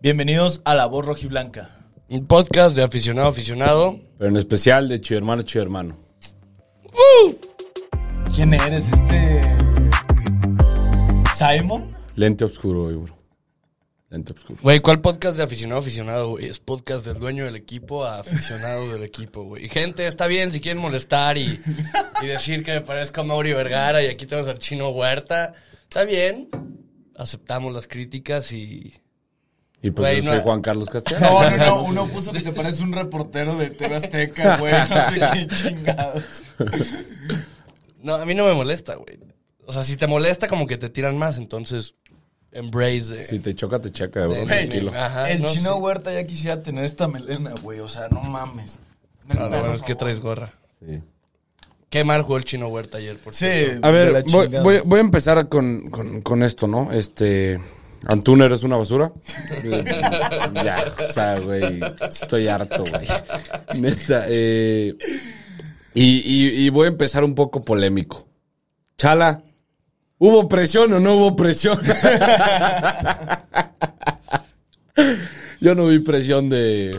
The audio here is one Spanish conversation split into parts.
Bienvenidos a La Voz Rojiblanca. Un podcast de aficionado a aficionado. Pero en especial de Chido Hermano, Chido Hermano. ¿Quién eres este? ¿Simon? Lente oscuro, güey, bro. Lente oscuro. Güey, ¿cuál podcast de aficionado a aficionado, güey? Es podcast del dueño del equipo a aficionados del equipo, güey. Gente, está bien si quieren molestar y, y decir que me parezco a Mauri Vergara y aquí tenemos al chino Huerta. Está bien. Aceptamos las críticas y... Y pues Güey, yo no- soy Juan Carlos Castellano. No, no, no. Uno puso que te pareces un reportero de TV Azteca, güey. No sé qué chingados. No, a mí no me molesta, güey. O sea, si te molesta, como que te tiran más, entonces... Embrace. eh. Si te choca, te checa, bro. Güey, tranquilo. ajá, El no chino sé. Huerta ya quisiera tener esta melena, güey. O sea, no mames. Ven, Ah, ven, no, bueno, por es que favor. traes gorra. Sí. Qué mal jugó el chino Huerta ayer, por cierto. Sí. A de ver, la voy, chingada. voy- voy a empezar con, con- con esto, ¿no? Este. Antuna, eres una basura. ya, o sea, güey. Estoy harto, güey. Neta. eh, y, y- y voy a empezar un poco polémico. Chala, ¿hubo presión o no hubo presión? Yo no vi presión de.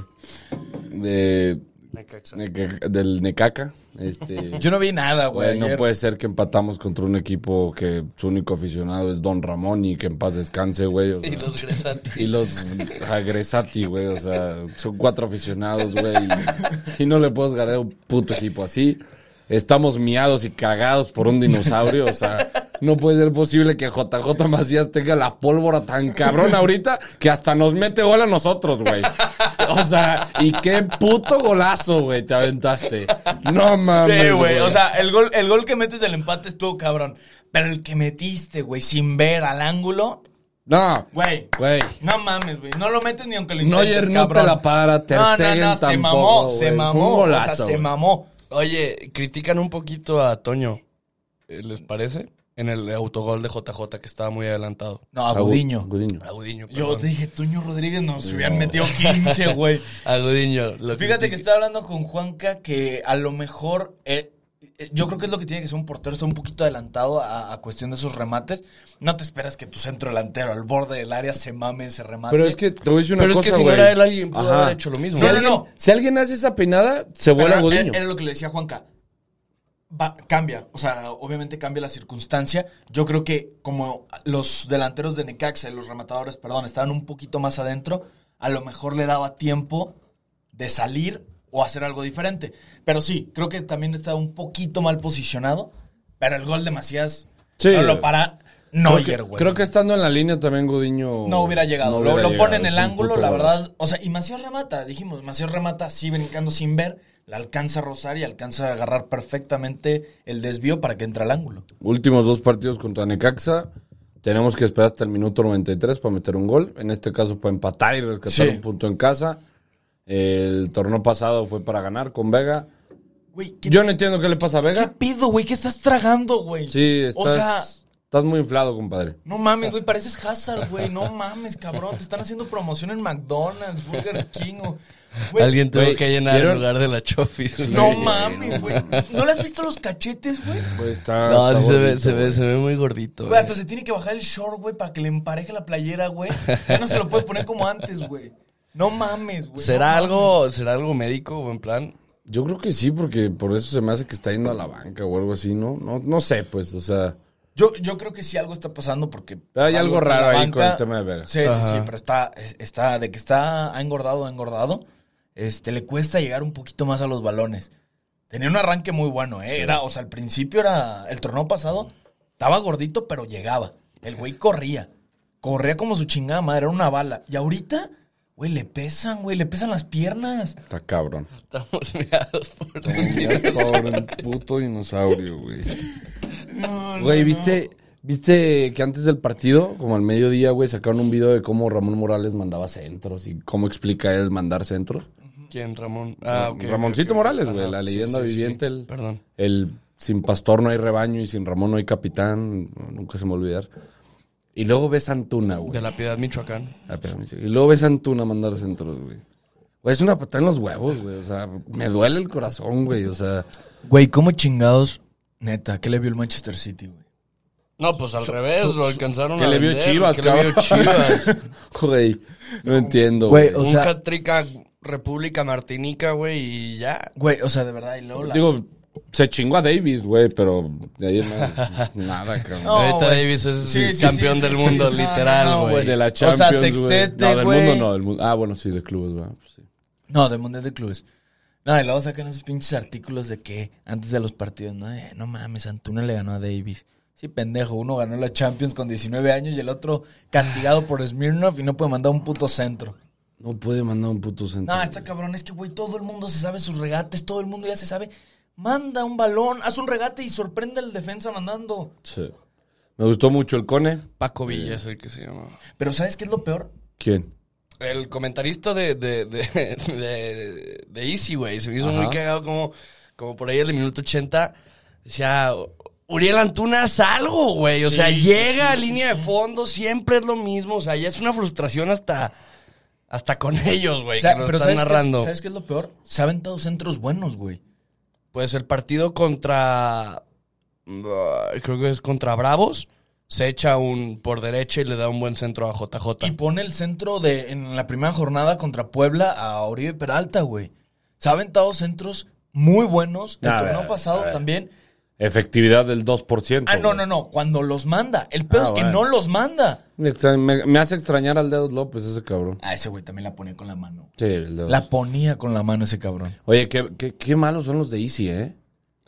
de Necaxa. Neca- del Necaca. Este. Yo no vi nada, Güey, güey. no ayer. puede ser que empatamos contra un equipo que su único aficionado es Don Ramón y que en paz descanse, güey. o sea. Y los Gresati. y los agresati, güey. O sea, son cuatro aficionados, güey. Y, y no le puedes ganar a un puto equipo así. Estamos miados y cagados por un dinosaurio. O sea, no puede ser posible que JJ Macías tenga la pólvora tan cabrón ahorita que hasta nos mete gol a nosotros, güey. O sea, y qué puto golazo, güey, te aventaste. No mames. Sí, güey. O sea, el gol, el gol que metes del empate estuvo cabrón. Pero el que metiste, güey, sin ver al ángulo, No. güey. Güey. No mames, güey. No lo metes ni aunque lo Neuer intentes, no te cabrón. la para, Ter Stegen se tampoco, mamó, güey. se Fue un mamó. o sea, golazo, se güey. mamó. Oye, critican un poquito a Toño, eh, ¿les parece? En el autogol de JJ que estaba muy adelantado. No, a Gudiño. Gudiño. A Gudiño, Yo perdón. dije, Toño Rodríguez nos hubieran metido 15, güey. A Gudiño. lo Fíjate que critican. estaba hablando con Juanca que a lo mejor. eh, eh, yo creo que es lo que tiene que ser un portero, está un poquito adelantado a, a cuestión de sus remates. No te esperas que tu centro delantero al borde del área se mame se remate. Pero es que te voy a decir una Pero es cosa, que si no güey. era él, alguien pudo Ajá. haber hecho lo mismo. Si, No, no, alguien, no. si alguien hace esa peinada, Pero se eh, vuela era- Gudiño. Era lo que le decía Juanca. Va, cambia, o sea, obviamente cambia la circunstancia. Yo creo que como los delanteros de Necaxa, los rematadores, perdón, estaban un poquito más adentro, a lo mejor le daba tiempo de salir o hacer algo diferente. Pero sí, creo que también estaba un poquito mal posicionado, pero el gol de Macías Sí. no lo para creo, Neuer, que, güey. creo que estando en la línea también Gudiño... No hubiera llegado. no lo, hubiera lo llegado. pone en Es el un ángulo, puto la golazo. verdad. O sea, y Macías remata, dijimos, Macías remata, sí brincando sin ver, la alcanza a rozar y alcanza a agarrar perfectamente el desvío para que entre al ángulo. Últimos dos partidos contra Necaxa. Tenemos que esperar hasta el minuto 93 para meter un gol. En este caso, para empatar y rescatar Sí. un punto en casa. El torneo pasado fue para ganar con Vega. Güey, ¿qué, Yo no entiendo qué le pasa a qué Vega. pedo, güey? ¿Qué estás tragando, güey? Sí, estás, O sea, estás muy inflado, compadre. no mames, güey, pareces Hazard, güey. No mames, cabrón. Te están haciendo promoción en McDonald's, Burger King. o- güey, Alguien tuvo Güey, que llenar ¿vieron? el lugar de la Chofis. No güey. mames, güey. ¿No le has visto los cachetes, güey? Pues está, No, está sí se ve, gordito, se ve, güey. se ve muy gordito. Güey, güey. hasta se tiene que bajar el short, güey, para que le empareje la playera, güey. Ya no se lo puede poner como antes, güey. No mames, güey. No ¿Será mames. algo, será algo médico o en plan? Yo creo que sí, porque por eso se me hace que está yendo a la banca o algo así, ¿no? No, no sé, pues, o sea. Yo, yo creo que sí algo está pasando porque. Pero hay algo está en raro la ahí con banca. el tema de Vega. Sí, sí, sí, pero está, es- está, de que está, ha engordado, ha engordado. Este, le cuesta llegar un poquito más a los balones. Tenía un arranque muy bueno, ¿eh? Era, o sea, al principio era. El torneo pasado estaba gordito, pero llegaba. El güey corría. Corría como su chingada madre, era una bala. Y ahorita, güey, le pesan, güey, le pesan las piernas. Está cabrón. Estamos meados por Es cabrón, puto dinosaurio, güey. No, Güey, ¿viste, ¿viste que antes del partido, como al mediodía, güey, sacaron un video de cómo Ramón Morales mandaba centros y cómo explica él mandar centros? ¿Quién, Ramón? Ah, ok, Ramoncito ok. Morales, güey, Ajá, la sí, leyenda sí, sí. viviente. El, Perdón. el sin pastor no hay rebaño y sin Ramón no hay capitán. Nunca se me va a olvidar. Y luego ves a Antuna, güey. De la Piedad, Michoacán. Ah, espérame, sí. Y luego ves a Antuna mandar centros, güey. Güey, es una patada en los huevos, güey. O sea, me duele el corazón, güey. O sea, Güey, ¿cómo chingados? Neta, ¿qué le vio el Manchester City, güey? No, pues al revés, lo alcanzaron Que a le vio vender, Chivas, que cabrón. le vio Chivas. Güey, no entiendo. Güey, Güey, O Un sea- hat-trick a República Martinica, güey, y ya. Güey, o sea, de verdad, y luego la- Digo, se chingó a Davis, güey, pero de ahí en más, nada, cabrón. No, Ahorita güey. Davis es Sí, sí, sí, campeón sí, del sí. mundo, No, no, no, literal, güey. güey. De la O sea, Champions, güey. sextete, No, del güey. mundo no, del mundo. Ah, bueno, sí, de clubes, güey. Pues sí. No, del Mundial de Clubes. No, y luego sacan esos pinches artículos de que antes de los partidos, ¿no? Eh, no mames, Antuna le ganó a Davis. Sí, pendejo, uno ganó la Champions con 19 años y el otro castigado por Smirnov y no puede mandar un puto centro. No puede mandar un puto centro. No, está cabrón, es que, güey, todo el mundo se sabe sus regates, todo el mundo ya se sabe. Manda un balón, haz un regate y sorprende al defensa mandando. Sí. Me gustó mucho el Cone. Paco Villa es el que se llama. Pero ¿sabes qué es lo peor? ¿Quién? El comentarista de, de, de, de, de Easy, güey. Se me hizo Ajá. muy cagado como, como por ahí en el minuto 80. Decía, Uriel Antuna, haz algo, güey. O Sí, sea, sí, llega sí, a sí, línea de fondo, siempre es lo mismo. O sea, ya es una frustración hasta, hasta con ellos, güey, O sea, que lo pero están ¿sabes, narrando. Qué es, ¿Sabes qué es lo peor? Se ha aventado centros buenos, güey. Pues el partido contra. Ay, Creo que es contra Bravos. Se echa un por derecha y le da un buen centro a Y JJ. pone el centro de en la primera jornada contra Puebla a Oribe Peralta, güey. Se ha aventado centros muy buenos. El A ver, torneo a pasado ver. también. Efectividad del 2%. Ah, no, güey. no, no. Cuando los manda. El pedo Ah, es que bueno. no los manda. Me, extra- me- me hace extrañar al Dedos López, ese cabrón. Ah, ese güey también la ponía con la mano. Sí, el Dedos. La ponía con la mano ese cabrón. Oye, qué, qué, qué malos son los de Easy, ¿eh?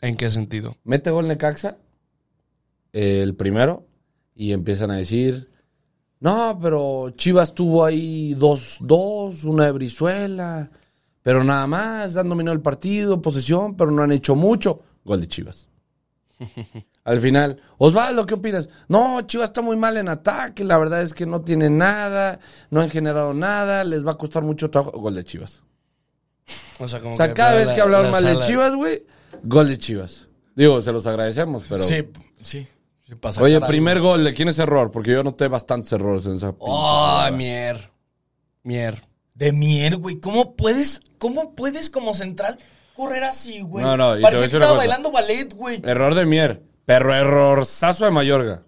¿En qué sentido? Mete gol Necaxa, eh, el primero, y empiezan a decir, no, pero Chivas tuvo ahí dos, dos, una de Brizuela, pero nada más, han dominado el partido, posesión, pero no han hecho mucho. Gol de Chivas. Al final, Osvaldo, ¿qué opinas? No, Chivas está muy mal en ataque, la verdad es que no tiene nada, no han generado nada, les va a costar mucho trabajo. Gol de Chivas. O sea, como O sea, cada la- vez que hablaron la mal de sala- Chivas, güey, gol de Chivas. Digo, se los agradecemos, pero. Sí, pues, sí. sí pasa Oye, cara, primer gol, ¿de quién es error? Porque yo noté bastantes errores en esa. pinche ¡Oh, jugada. mier! Mier. De mier, güey. ¿Cómo puedes, cómo puedes como central correr así, güey? No, no, y te voy a Parecía decir que una estaba cosa. bailando ballet, güey. Error de Mier, pero errorzazo de Mayorga.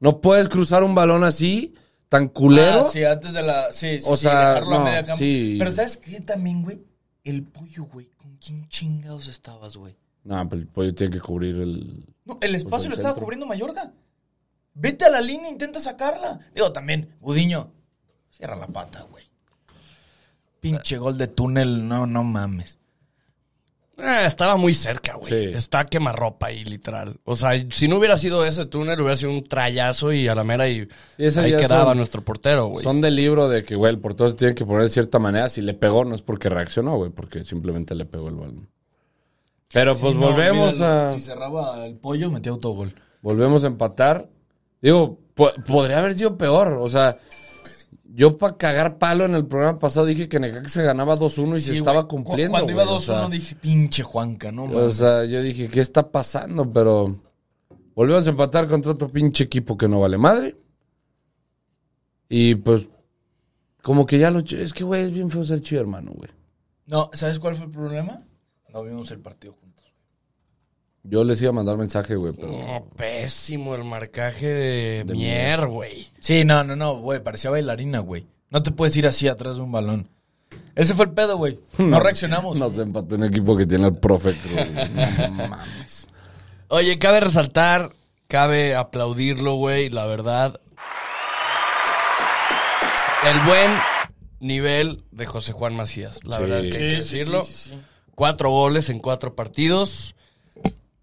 No puedes cruzar un balón así, tan culero. Ah, sí, antes de la. Sí, sí, O sí, sea, dejarlo a no, media cama. sí. Pero ¿sabes qué también, güey? El pollo, güey. ¿Con quién chingados estabas, güey? No, pues el pollo tiene que cubrir el. No, el espacio lo el estaba Pues centro. cubriendo Mayorga. Vete a la línea, e intenta sacarla. Digo, también, Gudiño, cierra la pata, güey. Pinche gol de túnel, no, no mames. Ah, estaba muy cerca, güey. Sí. Está quemarropa ahí, literal. O sea, si no hubiera sido ese túnel, hubiera sido un trayazo y a la mera y ese ahí ya quedaba son- nuestro portero, güey. Son del libro de que, güey, el portero se tiene que poner de cierta manera. Si le pegó, no es porque reaccionó, güey, porque simplemente le pegó el balón. Pero pues Sí, no, volvemos olvídalo. a. Si cerraba el pollo, metía autogol. Volvemos a empatar. Digo, po- podría haber sido peor. O sea, yo para cagar palo en el programa pasado dije que Necaxa ganaba 2-1 y Sí, se estaba güey. Cu- cumpliendo. Cuando iba güey, 2-1, o sea, dije, pinche Juanca, no O mames. sea, yo dije, ¿qué está pasando? Pero volvemos a empatar contra otro pinche equipo que no vale madre. Y pues, como que ya lo... ch- Es que, güey, es bien feo ser chido, hermano, güey. no, ¿sabes cuál fue el problema? No vimos el partido juntos. Yo les iba a mandar mensaje, güey, pero... No, pésimo el marcaje de, Mier, güey. Sí, no, no, no, güey, parecía bailarina, güey. No te puedes ir así atrás de un balón. Ese fue el pedo, güey. No reaccionamos. Nos empató un equipo que tiene al profe Cruz. güey. No mames. Oye, cabe resaltar, cabe aplaudirlo, güey, la verdad. El buen nivel de José Juan Macías, la Sí. verdad es que hay que Sí, sí, decirlo. sí, sí, sí. Cuatro goles en cuatro partidos.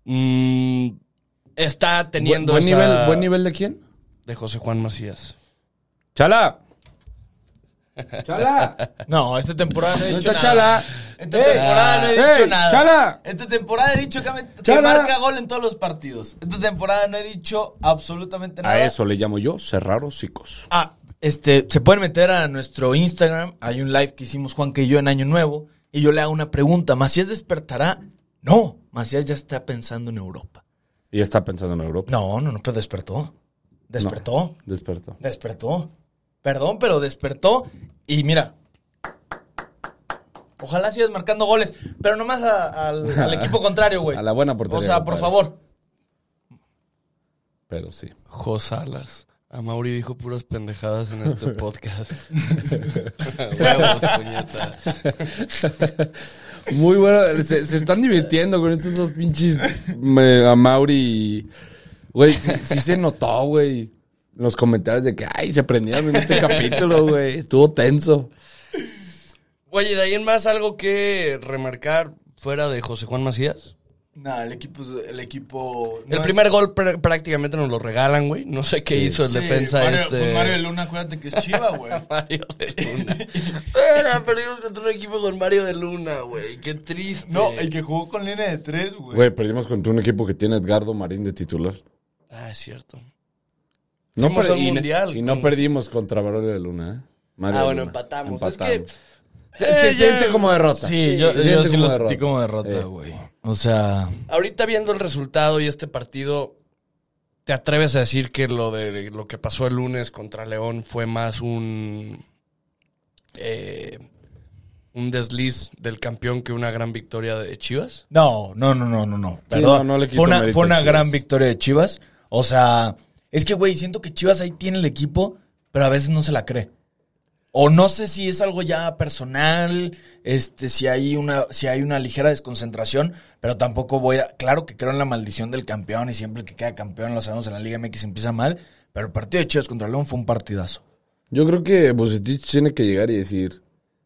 Mm, está teniendo buen, esa- nivel, ¿Buen nivel de quién? de José Juan Macías. ¡Chala! ¡Chala! No, esta temporada no he ¿Dónde dicho está nada. Chala? Esta ¡Ey! temporada no he dicho ¡Ey, nada. Chala! Esta temporada he dicho que, me- que Chala. marca gol en todos los partidos. Esta temporada no he dicho absolutamente nada. A eso le llamo yo cerrar hocicos. Ah, este, se pueden meter a nuestro Instagram. Hay un live que hicimos Juanca y yo en Año Nuevo. Y yo le hago una pregunta. ¿Macías despertará? No, Macías ya está pensando en Europa. Y está pensando en Europa. No, no, no, pero despertó. Despertó, Despertó. despertó. Perdón, pero despertó. Y mira. Ojalá sigas marcando goles, pero nomás a- al, al equipo contrario, güey. A la buena portería, O sea, por compadre. favor. Pero sí. Jo Salas. A Mauri dijo puras pendejadas en este podcast. Huevos, puñeta. Muy bueno. Se, se están divirtiendo con estos dos pinches me- a Mauri. y- Güey, sí, sí se notó, güey. Los comentarios de que, ay, se prendieron en este capítulo, güey. Estuvo tenso. Oye, de ahí en más algo que remarcar fuera de José Juan Macías. Nada, el equipo. es- El, equipo no el es- primer gol pr- prácticamente nos lo regalan, güey. No sé qué hizo el Sí, defensa Mario, este. pues Mario de Luna, acuérdate que es chiva, güey. Mario de Luna. Era, perdimos contra un equipo con Mario de Luna, güey. Qué triste. No, el que jugó con línea de tres, güey. Güey, perdimos contra un equipo que tiene Edgardo Marín de titular. Ah, es cierto. No Fuimos per- al y, Mundial y no con- perdimos contra Mario de Luna, ¿eh? Mario ah, de bueno, Luna. empatamos. Empatamos. Es que. Se, se Eh, ya- siente como derrota. se siente como derrota. Eh, güey. O sea. Ahorita viendo el resultado y este partido, ¿te atreves a decir que lo de lo que pasó el lunes contra León fue más un. eh, un desliz del campeón que una gran victoria de Chivas? No, no, no, no, no, no. Perdón. no, no le quito fue una, mérito fue a una Chivas. gran victoria de Chivas. O sea, es que, güey, siento que Chivas ahí tiene el equipo, pero a veces no se la cree. O no sé si es algo ya personal, este, si hay una, si hay una ligera desconcentración, pero tampoco voy a. Claro que creo en la maldición del campeón, y siempre el que queda campeón, lo sabemos en la Liga MX empieza mal, pero el partido de Chivas contra León fue un partidazo. Yo creo que Bucetich tiene que llegar y decir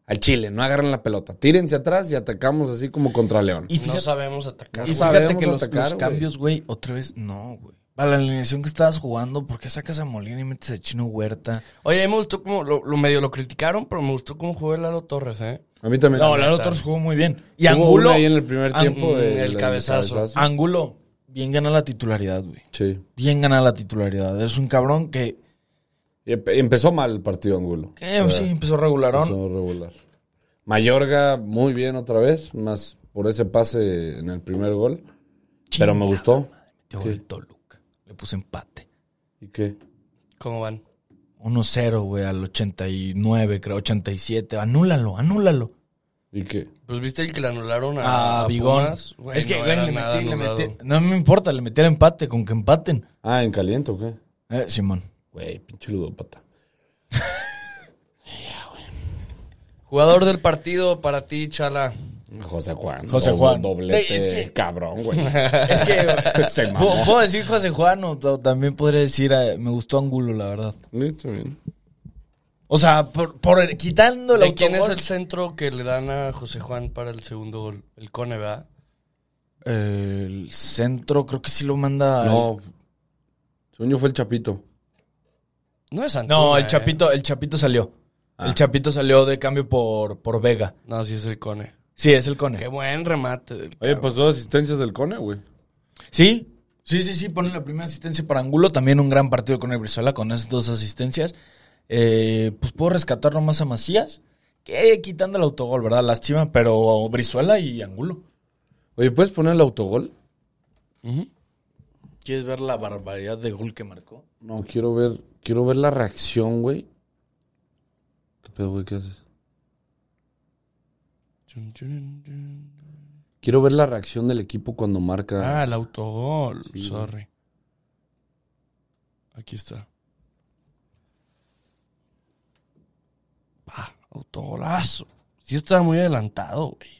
al Chile, no agarran la pelota, tírense atrás y atacamos así como contra León. Y fíjate, no sabemos atacar. Y No güey. fíjate sabemos que los, atacar, los güey. cambios, güey, otra vez, no, güey. Para la alineación que estabas jugando, ¿por qué sacas a Molina y metes a Chino Huerta? Oye, a mí me gustó como. Lo, lo medio lo criticaron, pero me gustó cómo jugó el Lalo Torres, ¿eh? A mí también. No, Lalo Torres jugó muy bien. Y Hubo Angulo, una ahí en el primer Ang- tiempo del- el del cabezazo. Angulo, bien gana la titularidad, güey. Sí. Bien gana la titularidad. Es un cabrón que, Y empe- Empezó mal el partido Angulo. que, sí empezó regularón. Empezó regular. Mayorga muy bien otra vez, más por ese pase en el primer gol. Pero me gustó. Metió gol el Toluca. Le puse empate. ¿Y qué? ¿Cómo van? 1-0, güey, al 89, creo, 87. Anúlalo, anúlalo. ¿Y qué? Pues viste el que le anularon Ah, a, A Ah, Bigón. Pumas? Güey, es que, no güey, era le nada metí, le anulado. metí. No me importa, le metí el empate, con que empaten. Ah, ¿en caliente o qué? Eh, Simón. Güey, pinche ludópata. Jugador del partido para ti, Chala. José Juan. José doble- Juan. Doblete, Ey, es que- cabrón, güey. Es que Se puedo, mamó. puedo decir José Juan o t- también podría decir eh, me gustó Angulo, la verdad. Listo, bien. O sea, por, por el- quitando el ¿De quién es autogol- el centro que le dan a José Juan para el segundo gol? El Cone, ¿verdad? El centro creo que sí lo manda. No. Sueño fue el Chapito. No es Antuna. No, el Ah. ¿eh? Chapito, el Chapito salió. El Chapito salió de cambio por, por Vega. No, sí es el Cone. Sí, es el Cone. Qué buen remate del Oye, cabrón. pues dos asistencias del Cone, güey. Sí, sí, sí, sí, ponen la primera asistencia para Angulo. También un gran partido con el Brizuela con esas dos asistencias. Eh, pues puedo rescatar nomás a Macías. Que quitando el autogol, ¿verdad? Lástima, pero Brizuela y Angulo. Oye, ¿puedes poner el autogol? pues, Ujú. ¿Quieres ver la barbaridad de gol que marcó? No, quiero ver, quiero ver la reacción, güey. ¿Qué pedo, güey? ¿Qué haces? Chun, chun, chun. Quiero ver la reacción del equipo cuando marca. Ah, el autogol. Sí. Sorry. Aquí está. Pa, Ah, autogolazo. Sí estaba muy adelantado, güey.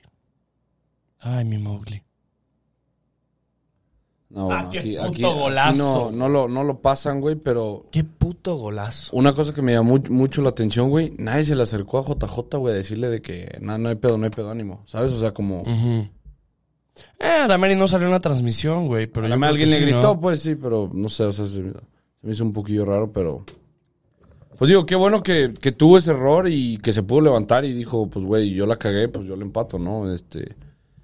Ay, mi Mowgli. no, Ah, no, qué aquí, puto aquí- aquí golazo. no, no lo, no lo pasan, güey, pero Qué puto golazo. una cosa que me llamó mucho la atención, güey. Nadie se le acercó a JJ, güey, a decirle de que no, no hay pedo, no hay pedo, ánimo. ¿Sabes? O sea, como... Ujú. Eh, a la Mary no salió en la transmisión, güey. Pero A yo la- creo alguien que le sí, ¿no? gritó, pues sí, pero no sé, o sea, se, me- se me hizo un poquillo raro, pero... Pues digo, qué bueno que, que tuvo ese error y que se pudo levantar y dijo, pues güey, yo la cagué, pues yo le empato, ¿no? Este,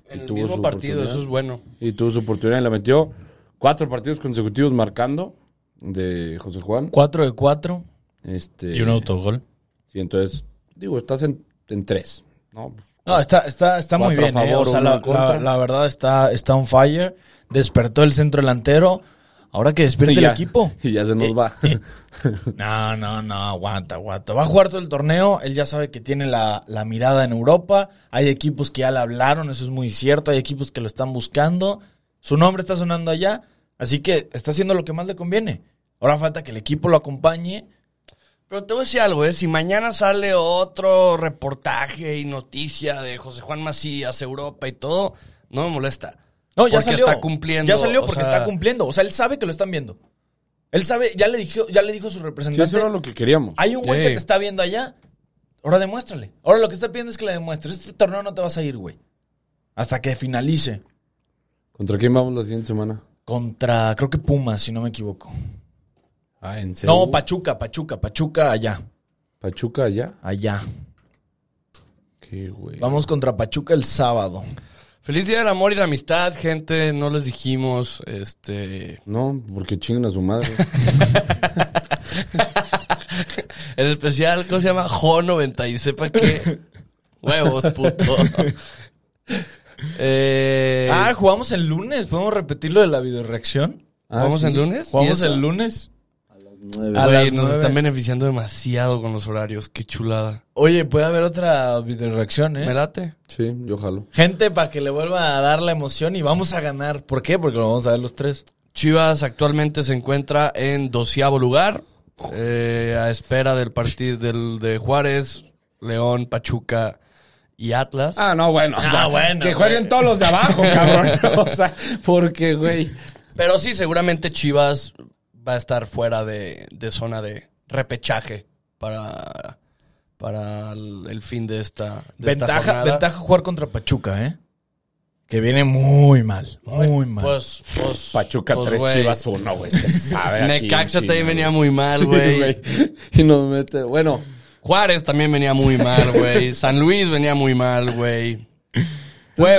En y el tuvo mismo su partido, oportunidad. eso es bueno. Y tuvo su oportunidad y la metió. Cuatro partidos consecutivos marcando de José Juan. 4 de 4 Este, y un autogol. Sí, entonces, digo, estás en, en tres, ¿no? No, está, está, está muy Cuatro a bien. ¿eh? favor, O sea, uno la, en contra. la- la verdad está, está on fire. Despertó el centro delantero. Ahora que despierte Y el ya- equipo. Eh, Y ya se nos va. No, no, no, aguanta, aguanta. Va a jugar todo el torneo. Él ya sabe que tiene la, la mirada en Europa. Hay equipos que ya le hablaron, eso es muy cierto. Hay equipos que lo están buscando. Su nombre está sonando allá. Así que está haciendo lo que más le conviene. Ahora falta que el equipo lo acompañe. Pero te voy a decir algo, ¿eh? Si mañana sale otro reportaje y noticia de José Juan Macías, Europa y todo, no me molesta. No, ya Porque salió. está cumpliendo, Ya salió o porque sea- está cumpliendo. O sea, él sabe que lo están viendo. Él sabe, ya le dijo, ya le dijo su Sí, representante. eso era lo que queríamos. Hay un güey que Sí. te está viendo allá. Ahora demuéstrale. Ahora lo que está pidiendo es que le demuestres. Este torneo no te vas a ir, güey. Hasta que finalice. ¿Contra quién vamos la siguiente semana? Contra, creo que Pumas, si no me equivoco. Ah, en serio. No, Pachuca, Pachuca, Pachuca, allá. Pachuca allá. Allá. Qué güey. Vamos contra Pachuca el sábado. Feliz Día del Amor y la Amistad, gente. No les dijimos, este... No, porque chingan a su madre. El especial, ¿cómo se llama? Jo90 y sepa qué. Huevos, puto. Eh, Ah, jugamos el lunes. ¿Podemos repetir lo de la videoreacción? Ah, ¿Vamos sí. el lunes? Jugamos ¿Y eso? el lunes. Nueve. a Güey, las nos nueve. están beneficiando demasiado con los horarios. Qué chulada. Oye, puede haber otra videoreacción, ¿Me ¿eh? late? Sí, yo jalo. Gente, para que le vuelva a dar la emoción y vamos a ganar. ¿Por qué? Porque lo vamos a ver los tres. Chivas actualmente se encuentra en doceavo lugar, eh, a espera del partido del, de Juárez, León, Pachuca y Atlas. Ah, no, bueno. o Ah, sea, bueno, Que güey. jueguen todos los de abajo, cabrón. O sea, porque, güey. Pero sí, seguramente Chivas va a estar fuera de, de zona de repechaje para, para el, el fin de esta, de esta Ventaja, jornada. ventaja jugar contra Pachuca, ¿eh? Que viene muy mal, muy mal. Pues, pues, Pachuca pues, 3, güey. Chivas 1, güey. Se sabe. aquí Necaxa en también China, venía güey. muy mal, Sí, güey. Y nos mete. Bueno, Juárez también venía muy mal, güey. San Luis venía muy mal, güey. Entonces,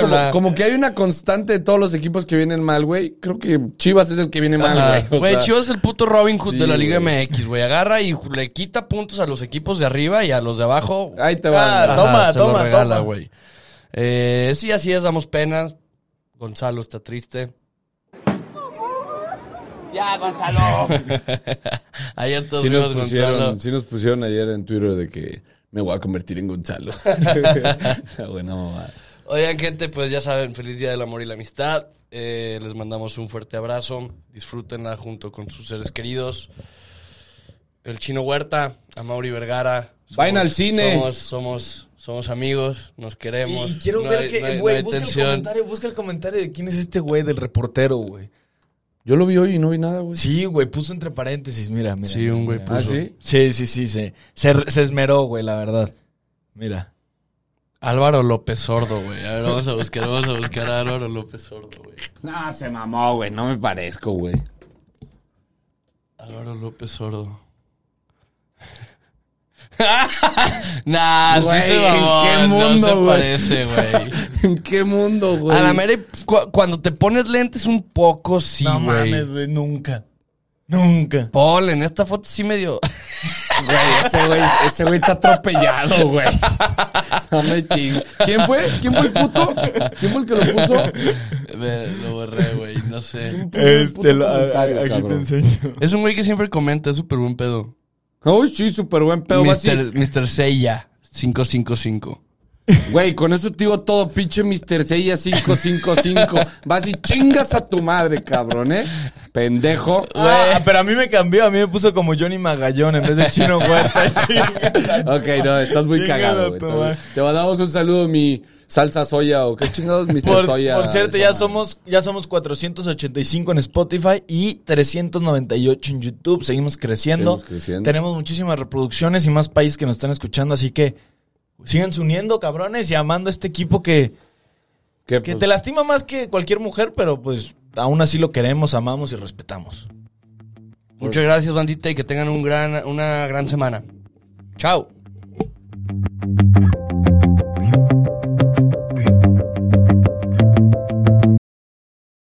Puebla. Como, como que hay una constante de todos los equipos que vienen mal, güey. Creo que Chivas es el que viene mal, Ajá. güey. O Güey, sea, Chivas es el puto Robin Hood Sí, de la Liga güey. MX, güey. Agarra y ju- le quita puntos a los equipos de arriba y a los de abajo. Ahí te Ah, va. ajá, toma, se lo toma, regala, toma. güey. Eh, sí, así es, damos penas. Gonzalo está triste. Ya, Gonzalo. Ayer todos Sí nos, vimos pusieron, Gonzalo. sí nos pusieron ayer en Twitter de que me voy a convertir en Gonzalo. Buena mamá. Oigan, gente, pues ya saben, feliz día del amor y la amistad. Eh, les mandamos un fuerte abrazo. Disfrútenla junto con sus seres queridos. El Chino Huerta, a Mauri Vergara. Vayan al cine. Somos, somos, somos amigos, nos queremos. Y quiero No ver hay- que, no hay- no güey, hay busca el tensión. comentario, busca el comentario de quién es este güey del reportero, güey. Yo lo vi hoy y no vi nada, güey. Sí, güey, puso entre paréntesis, mira, mira. Sí, un güey mira. Ah, puso. sí. Sí, sí, sí, sí. Se, se esmeró, güey, la verdad. Mira. Álvaro López Sordo, güey. A ver, vamos a buscar, vamos a buscar a Álvaro López Sordo, güey. No, se mamó, güey. No me parezco, güey. Álvaro López Sordo. nah, Güey, sí se ¿en mamó, no qué mundo, se güey? parece, güey. ¿En qué mundo, güey? A la mera, cu- cuando te pones lentes un poco, sí, no güey. mames, güey, nunca. Nunca. Paul, en esta foto sí medio... Güey, ese güey, ese güey está atropellado, güey. No me ching. ¿Quién fue? ¿Quién fue el puto? ¿Quién fue el que lo puso? Me- lo borré, güey, no sé. Puso Este, el puto comentario, cabrón. enseño. Es un güey que siempre comenta, es súper buen pedo. Uy, sí, súper buen pedo. va así. Mr. Mr. Seiya, 555. Güey, con eso te digo todo, pinche Mr. Seiya 555. Vas y chingas a tu madre, cabrón, ¿eh? Pendejo. Ah, pero a mí me cambió, a mí me puso como Johnny Magallón en vez de Chino Huerta. chinga. Ok, no, estás muy Chingas a cagado, güey. tu Estás- madre. Te mandamos un saludo, mi salsa soya o qué chingados, Mr. Por, soya. por cierto, ya Esa madre. somos, ya somos 485 en Spotify y 398 en YouTube. Seguimos creciendo. Seguimos creciendo. Tenemos muchísimas reproducciones y más países que nos están escuchando, así que síganse uniendo, cabrones, y amando a este equipo que, ¿Qué, que pues, te lastima más que cualquier mujer, pero pues aún así lo queremos, amamos y respetamos. Muchas gracias, bandita, y que tengan un gran, una gran semana. Chao.